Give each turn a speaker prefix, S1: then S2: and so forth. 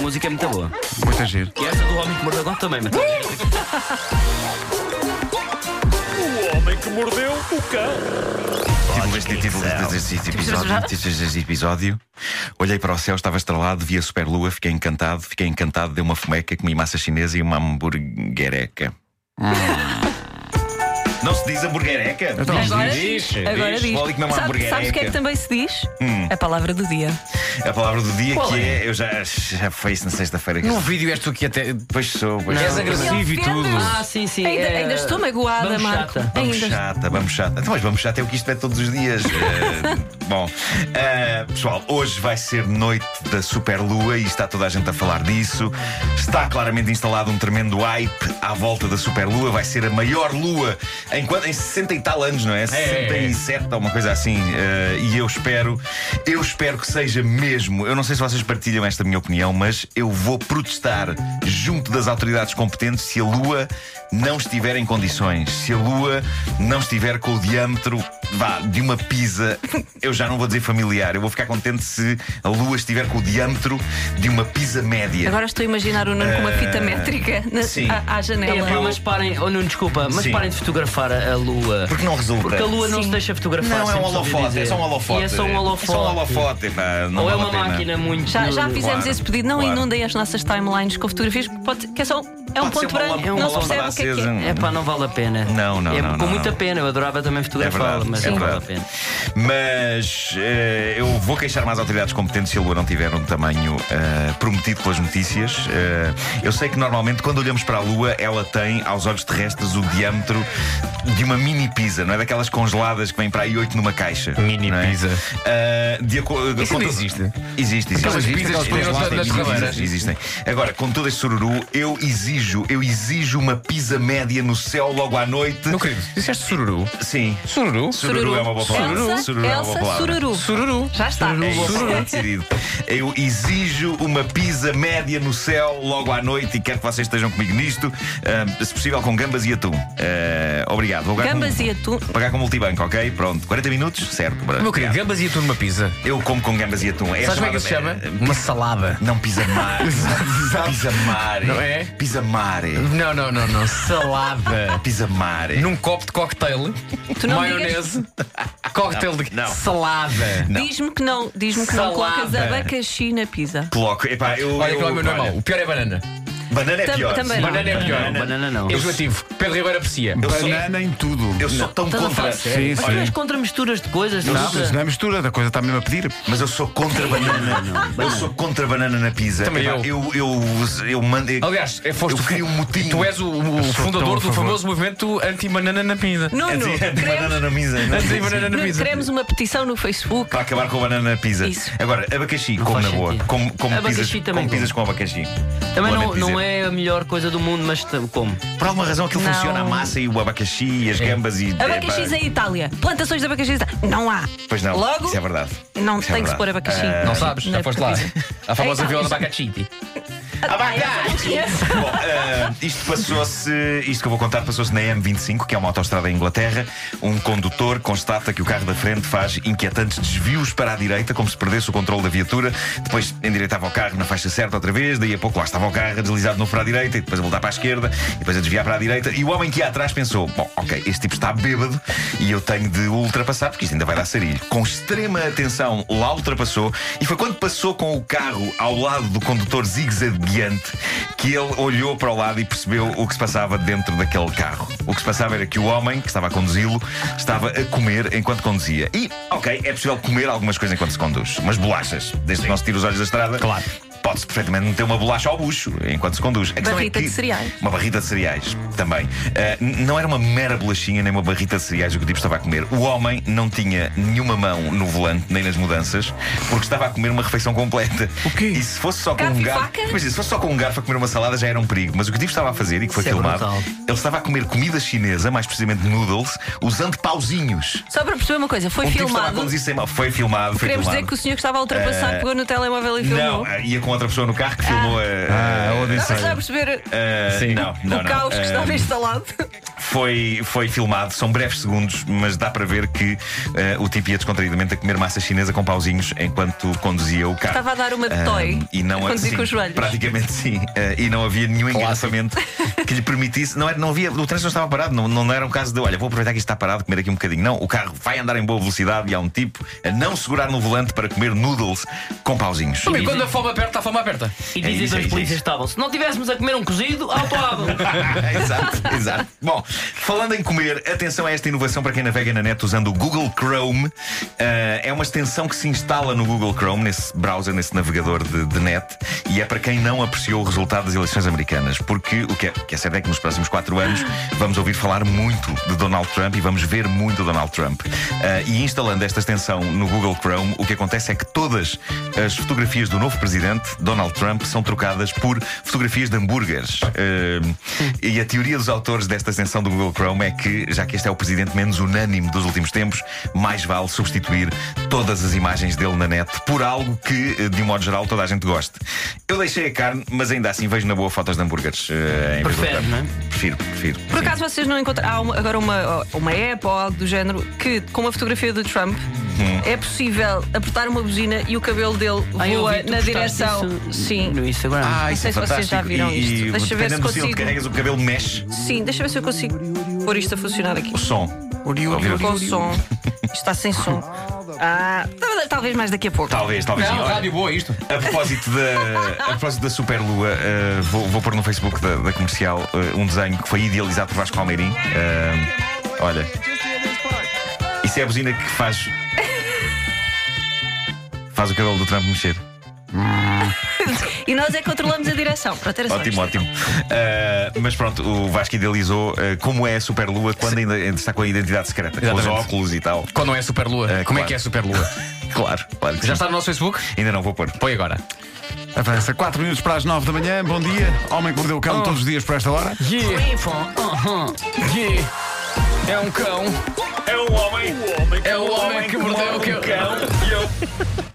S1: música é muito boa.
S2: Tá
S3: Muito giro.
S1: E essa do Homem que Mordeu o Cão também, mas
S4: O homem que mordeu o cão.
S3: Título deste, título deste, deste um episódio, título deste episódio. Olhei para o céu, estava estrelado, vi a superlua, fiquei encantado, fiquei encantado, dei uma fomeca, comi massa chinesa e uma hamburguereca.
S1: Hum.
S3: Não se diz hamburguereca?
S5: Então, agora
S1: diz,
S5: agora
S1: diz.
S5: diz.
S3: Vou ali comer uma
S5: Sabe,
S3: hamburguereca.
S5: sabes o que é que também se diz? A palavra do dia.
S3: A palavra do dia
S5: Qual
S3: que
S5: é?
S3: é? Eu já, já foi isso na sexta-feira. que-
S6: Num vídeo és tu que até.
S3: Pois sou, pois
S6: És
S3: sou.
S6: agressivo e
S5: Não
S6: tudo.
S5: ofendas.
S7: Ah, sim, sim.
S5: Ainda,
S7: é-
S5: ainda estou magoada,
S7: vamos
S5: Marco.
S7: chata.
S3: Vamos
S5: ainda.
S3: chata, vamos chata. Então, mas vamos chata é o que isto é todos os dias. Eh, bom, eh, pessoal, hoje vai ser noite da Superlua e está toda a gente a falar disso. Está claramente instalado um tremendo hype à volta da Superlua. Vai ser a maior lua em, quant- em 60 e tal anos, não é? 67 ou uma coisa assim. Eh, e eu espero, eu espero que seja mesmo. Eu não sei se vocês partilham esta minha opinião, mas eu vou protestar junto das autoridades competentes se a lua não estiver em condições, se a Lua não estiver com o diâmetro vá, de uma pizza, eu já não vou dizer familiar, eu vou ficar contente se a Lua estiver com o diâmetro de uma pizza média.
S5: Agora estou a imaginar o Nuno com uma fita
S3: Eh,
S5: métrica na,
S3: sim.
S5: à, à
S7: É,
S5: janela.
S7: pá, mas parem, oh, não, desculpa, mas
S3: Sim.
S7: parem de fotografar a, a lua.
S3: Porque não resulta.
S7: Porque a lua não
S5: Sim.
S7: se deixa fotografar.
S3: Não, é um
S7: sempre soube
S3: holofote,
S7: dizer.
S3: é só um holofote.
S7: E é só um holofote.
S3: É só um holofote, pá, não
S7: Ou é
S3: vale
S7: uma
S3: a pena.
S7: máquina muito.
S5: já, já fizemos
S3: Claro,
S5: esse pedido. Não
S3: claro.
S5: inundem as nossas timelines com fotografias, porque pode, que é só é um
S3: Pode ser
S5: ponto
S3: uma
S5: branco.
S3: lâmpada-
S5: não
S3: uma
S5: se percebe
S3: lâmpada
S5: o que é que é.
S3: acesa.
S7: É pá, não vale a pena.
S3: Não, não,
S7: É
S3: não,
S7: com
S3: não,
S7: muita
S3: não.
S7: pena, eu adorava também fotografá-la,
S3: verdade,
S7: mas
S3: é
S7: não vale a
S3: verdade.
S7: pena.
S3: Mas eh, eu vou queixar mais autoridades competentes se a Lua não tiver um tamanho eh, prometido pelas notícias. Eh, eu sei que normalmente quando olhamos para a Lua, ela tem, aos olhos terrestres, o diâmetro de uma mini pizza, não é daquelas congeladas que vêm para aí oito numa caixa.
S6: Mini
S3: não é?
S6: pizza.
S3: Eh, de acordo-
S6: Isso ainda
S3: contas-
S6: existe?
S3: Existe, existe.
S6: Aquelas pizzas que põem
S3: Existem,
S6: nas
S3: existem,
S6: torradeiras.
S3: Existem. Agora, com todo este sururu, eu exijo, eu exijo uma pizza média no céu logo à noite.
S6: Meu querido, disseste sururu?
S3: Sim.
S6: Sururu?
S3: Sururu é uma
S6: um
S3: boa palavra.
S5: Elsa,
S3: Sururu é uma boa
S5: Elsa
S3: palavra.
S5: Sururu.
S6: Sururu.
S5: Já está.
S3: É isso, está decidido. Eu exijo uma pizza média no céu logo à noite e quero que vocês estejam comigo nisto. Ah, se possível, com gambas e atum. Ah, obrigado. Vou pagar
S5: Gambas
S3: com,
S5: e atum.
S3: Pagar com multibanco, ok? Pronto. 40 minutos? Certo. Bora.
S6: Meu querido, gambas e atum numa pizza.
S3: Eu como com gambas e atum. É
S6: Sabes como é que se chama?
S3: chamada-
S6: Uma salada.
S3: Não, pizza mare.
S6: Exato.
S3: pizza mare.
S6: Não é?
S3: Pizza mare.
S6: Não, não, não, não. Salada.
S3: Pizza mare.
S6: Num copo de cocktail.
S5: não
S6: maionese. Cocktail de
S3: Não, não.
S6: salada.
S5: Diz-me que não, diz-me que não
S6: Salada.
S5: colocas abacaxi na pizza.
S3: Coloco. Epá, eu,
S6: Olha
S3: eu,
S6: que não é o meu normal.
S3: olha,
S6: O pior é banana.
S3: Banana é
S5: Tam-
S3: pior.
S5: também não.
S6: Banana é pior.
S7: Não, banana não.
S6: Eu Enjoativo. Pedro Ribeiro aprecia.
S3: Eu sou,
S2: Banana em tudo.
S3: eu sou tão
S7: Estás a
S3: contra.
S7: falar sério? Mas tu
S3: Olha,
S7: és contra misturas de coisas, tu
S2: Não,
S7: usa-
S2: mas não é mistura, da coisa está mesmo a pedir.
S3: Mas eu sou contra banana. Eu sou contra banana na pizza.
S6: Também
S3: Epá, eu. Eu, eu mando.
S6: Aliás, é foste
S3: eu queria um motim.
S6: Tu és o, o
S2: sou tão
S6: fundador
S2: a
S6: do
S2: favor.
S6: famoso movimento anti-banana na pizza.
S5: Nuno,
S3: Anti-
S5: queremos,
S3: Anti-banana na é pizza. Não, sim,
S6: Anti-banana
S3: sim.
S6: assim, na
S5: Nuno,
S6: pizza.
S5: queremos uma petição no Facebook.
S3: Para acabar com a banana na pizza.
S5: Isso.
S3: Agora, abacaxi, como
S7: faz
S3: na boa.
S7: sentido.
S3: Como, como,
S7: Abacaxi
S3: pizzas,
S7: também
S3: como pizzas com abacaxi.
S7: Também não,
S3: Lamento
S7: não
S3: dizer.
S7: é a melhor coisa do mundo, mas t- como?
S3: Por alguma razão aquilo
S5: é- Não. É.
S3: funciona a massa e o abacaxi e as gambas e.
S5: Abacaxis
S3: epá,
S5: em Itália. Plantações de abacaxis. Não há.
S3: Pois não,
S5: Logo,
S3: isso é verdade.
S5: não
S3: Isso é
S5: tem
S3: verdade.
S5: que se pôr abacaxi.
S3: Ah,
S6: Não sabes?
S5: Na tá.
S6: Já foste lá.
S5: pizza.
S6: A famosa
S5: Ei,
S6: viola
S5: isso-
S6: abacachiti.
S5: Yes.
S3: Ah, Bom, ah, isto passou-se, isto que eu vou contar passou-se na M25, que é uma autoestrada em Inglaterra. Um condutor constata que o carro da frente faz inquietantes desvios para a direita, como se perdesse o controle da viatura. Depois endireitava o carro na faixa certa outra vez, daí a pouco lá estava o carro a deslizar de novo para a direita, e depois a voltar para a esquerda, e depois a desviar para a direita. E o homem que ia atrás pensou: bom, ok, este tipo está bêbado e eu tenho de o ultrapassar, porque isto ainda vai dar sarilho. Com extrema atenção, lá ultrapassou, e foi quando passou com o carro ao lado do condutor zigue-zagueante que ele olhou para o lado e percebeu o que se passava dentro daquele carro. O que se passava era que o homem que estava a conduzi-lo estava a comer enquanto conduzia. E, ok, é possível comer algumas coisas enquanto se conduz, umas bolachas, desde que não se tire os olhos da estrada. Claro. Pode-se perfeitamente meter uma bolacha ao bucho enquanto se conduz. A questão
S5: Barrita
S3: é que-
S5: de cereais.
S3: Uma barrita de cereais, também. Ah, n- não era uma mera bolachinha nem uma barrita de cereais o que o tipo estava a comer. O homem não tinha nenhuma mão no volante, nem nas mudanças, porque estava a comer uma refeição completa. O
S2: quê?
S3: E se fosse só com
S5: Garfo
S3: um
S5: e
S3: garfo.
S5: faca?
S3: Pois é, se fosse só com um garfo a comer uma salada já era um perigo. Mas o que o tipo estava a fazer, e que foi
S7: Isso é
S3: filmado,
S7: brutal.
S3: ele estava a comer comida chinesa, mais precisamente noodles, usando pauzinhos.
S5: Só para perceber uma coisa, foi
S3: um tipo estava a
S5: filmado.
S3: conduzir sem mão. Foi filmado, foi
S5: Queremos
S3: filmado. Eh,
S5: dizer que o senhor que estava a ultrapassar pegou no telemóvel e filmou.
S3: Não, eh, ia com a outra pessoa no carro que filmou a.
S2: Ah, a Odisseia.
S5: Estás a perceber
S3: a-
S6: Sim.
S3: Não, Eh, não,
S5: o
S3: não.
S5: caos que
S3: Ah,
S5: estava instalado?
S3: foi, foi filmado, são breves segundos, mas dá para ver que eh, o tipo ia descontraídamente a comer massa chinesa com pauzinhos enquanto conduzia o carro.
S5: Estava a dar uma de toy,
S3: Ah, e não
S5: a conduzir
S3: sim,
S5: com os joelhos.
S3: Praticamente sim. Ah, e não havia nenhum engarrafamento que lhe permitisse. Não, era, não havia, o trânsito não estava parado, não, não era um caso de olha, vou aproveitar que isto está parado, comer aqui um bocadinho. Não, o carro vai andar em boa velocidade e há um tipo a não segurar no volante para comer noodles com pauzinhos.
S5: é
S6: Também, quando a fome aperta, a fome aperta.
S7: E
S3: É
S7: dizem que
S3: isso, é isso,
S7: os
S3: é isso.
S7: polícias estavam. Se não tivéssemos a comer um cozido, alpavam.
S3: exato, exato. Bom, falando em comer, atenção a esta inovação para quem navega na net usando o Google Chrome. Ah, é uma extensão que se instala no Google Chrome, nesse browser, nesse navegador de, de net, e é para quem não apreciou o resultado das eleições americanas. Porque o que é, o que é certo é que nos próximos quatro anos vamos ouvir falar muito de Donald Trump e vamos ver muito Donald Trump. Ah, e instalando esta extensão no Google Chrome, o que acontece é que todas as fotografias do novo presidente, Donald Trump, são trocadas por fotografias de hambúrgueres. Ahm, e a teoria dos autores desta extensão do Google Chrome é que, já que este é o presidente menos unânime dos últimos tempos, mais vale substituir todas as imagens dele na net por algo que, eh, de um modo geral, toda a gente goste. Eu deixei a carne, mas ainda assim vejo na boa fotos de hambúrgueres. eh, em vez do
S7: Prefere,
S3: Trump.
S7: não é?
S3: Prefiro, prefiro.
S5: Por acaso vocês não encontram. Há uma- agora uma, oh, uma app ou algo do género que, com uma fotografia do Trump,
S3: Uhum.
S5: é possível apertar uma buzina e o cabelo dele
S7: Ah, eu
S5: voa
S7: vi, tu
S5: na
S7: postaste
S5: direção.
S7: isso
S5: Sim.
S7: No Instagram.
S3: Ah, isso
S5: sei
S3: é
S5: se vocês
S3: fantástico.
S5: já viram
S3: e,
S5: isto.
S3: e
S5: Deixa eu ver se
S3: dependendo do sino que
S5: consigo.
S3: carregas, o cabelo mexe.
S5: Sim, deixa eu ver se eu consigo pôr isto a funcionar aqui.
S3: O som. Ouvir o-
S5: Com som. Isto está sem som. Ah, tal- talvez mais daqui a pouco.
S3: Talvez, talvez. sim.
S6: Não,
S3: Olha,
S6: É um rádio boa isto.
S3: A propósito da, a propósito da Super Lua, eh, vou, vou pôr no Facebook da, da comercial eh, um desenho que foi idealizado por Vasco Almeirim. Eh, olha. Isso é a buzina que faz. Faz o cabelo do Trump mexer.
S5: E nós é que controlamos a direção. Pronto,
S6: é
S5: era só
S3: Ótimo,
S5: isto.
S3: ótimo. Eh, mas pronto, o Vasco idealizou eh, como é a Super Lua quando ainda, ainda está com a identidade secreta, com os
S6: Exatamente.
S3: óculos e tal.
S6: Quando não é super lua.
S3: É,
S6: Como é
S3: claro.
S6: que é super lua?
S3: Claro, claro. que
S6: Já
S3: sim.
S6: está no nosso Facebook?
S3: Ainda não vou pôr.
S6: Põe agora.
S2: Avança 4 minutos para as 9 da manhã. Bom dia. Homem que mordeu o
S3: Oh.
S2: cão todos os dias por esta hora.
S6: É um cão.
S4: É um homem. O homem que
S6: É o homem que mordeu o cão.
S4: E eu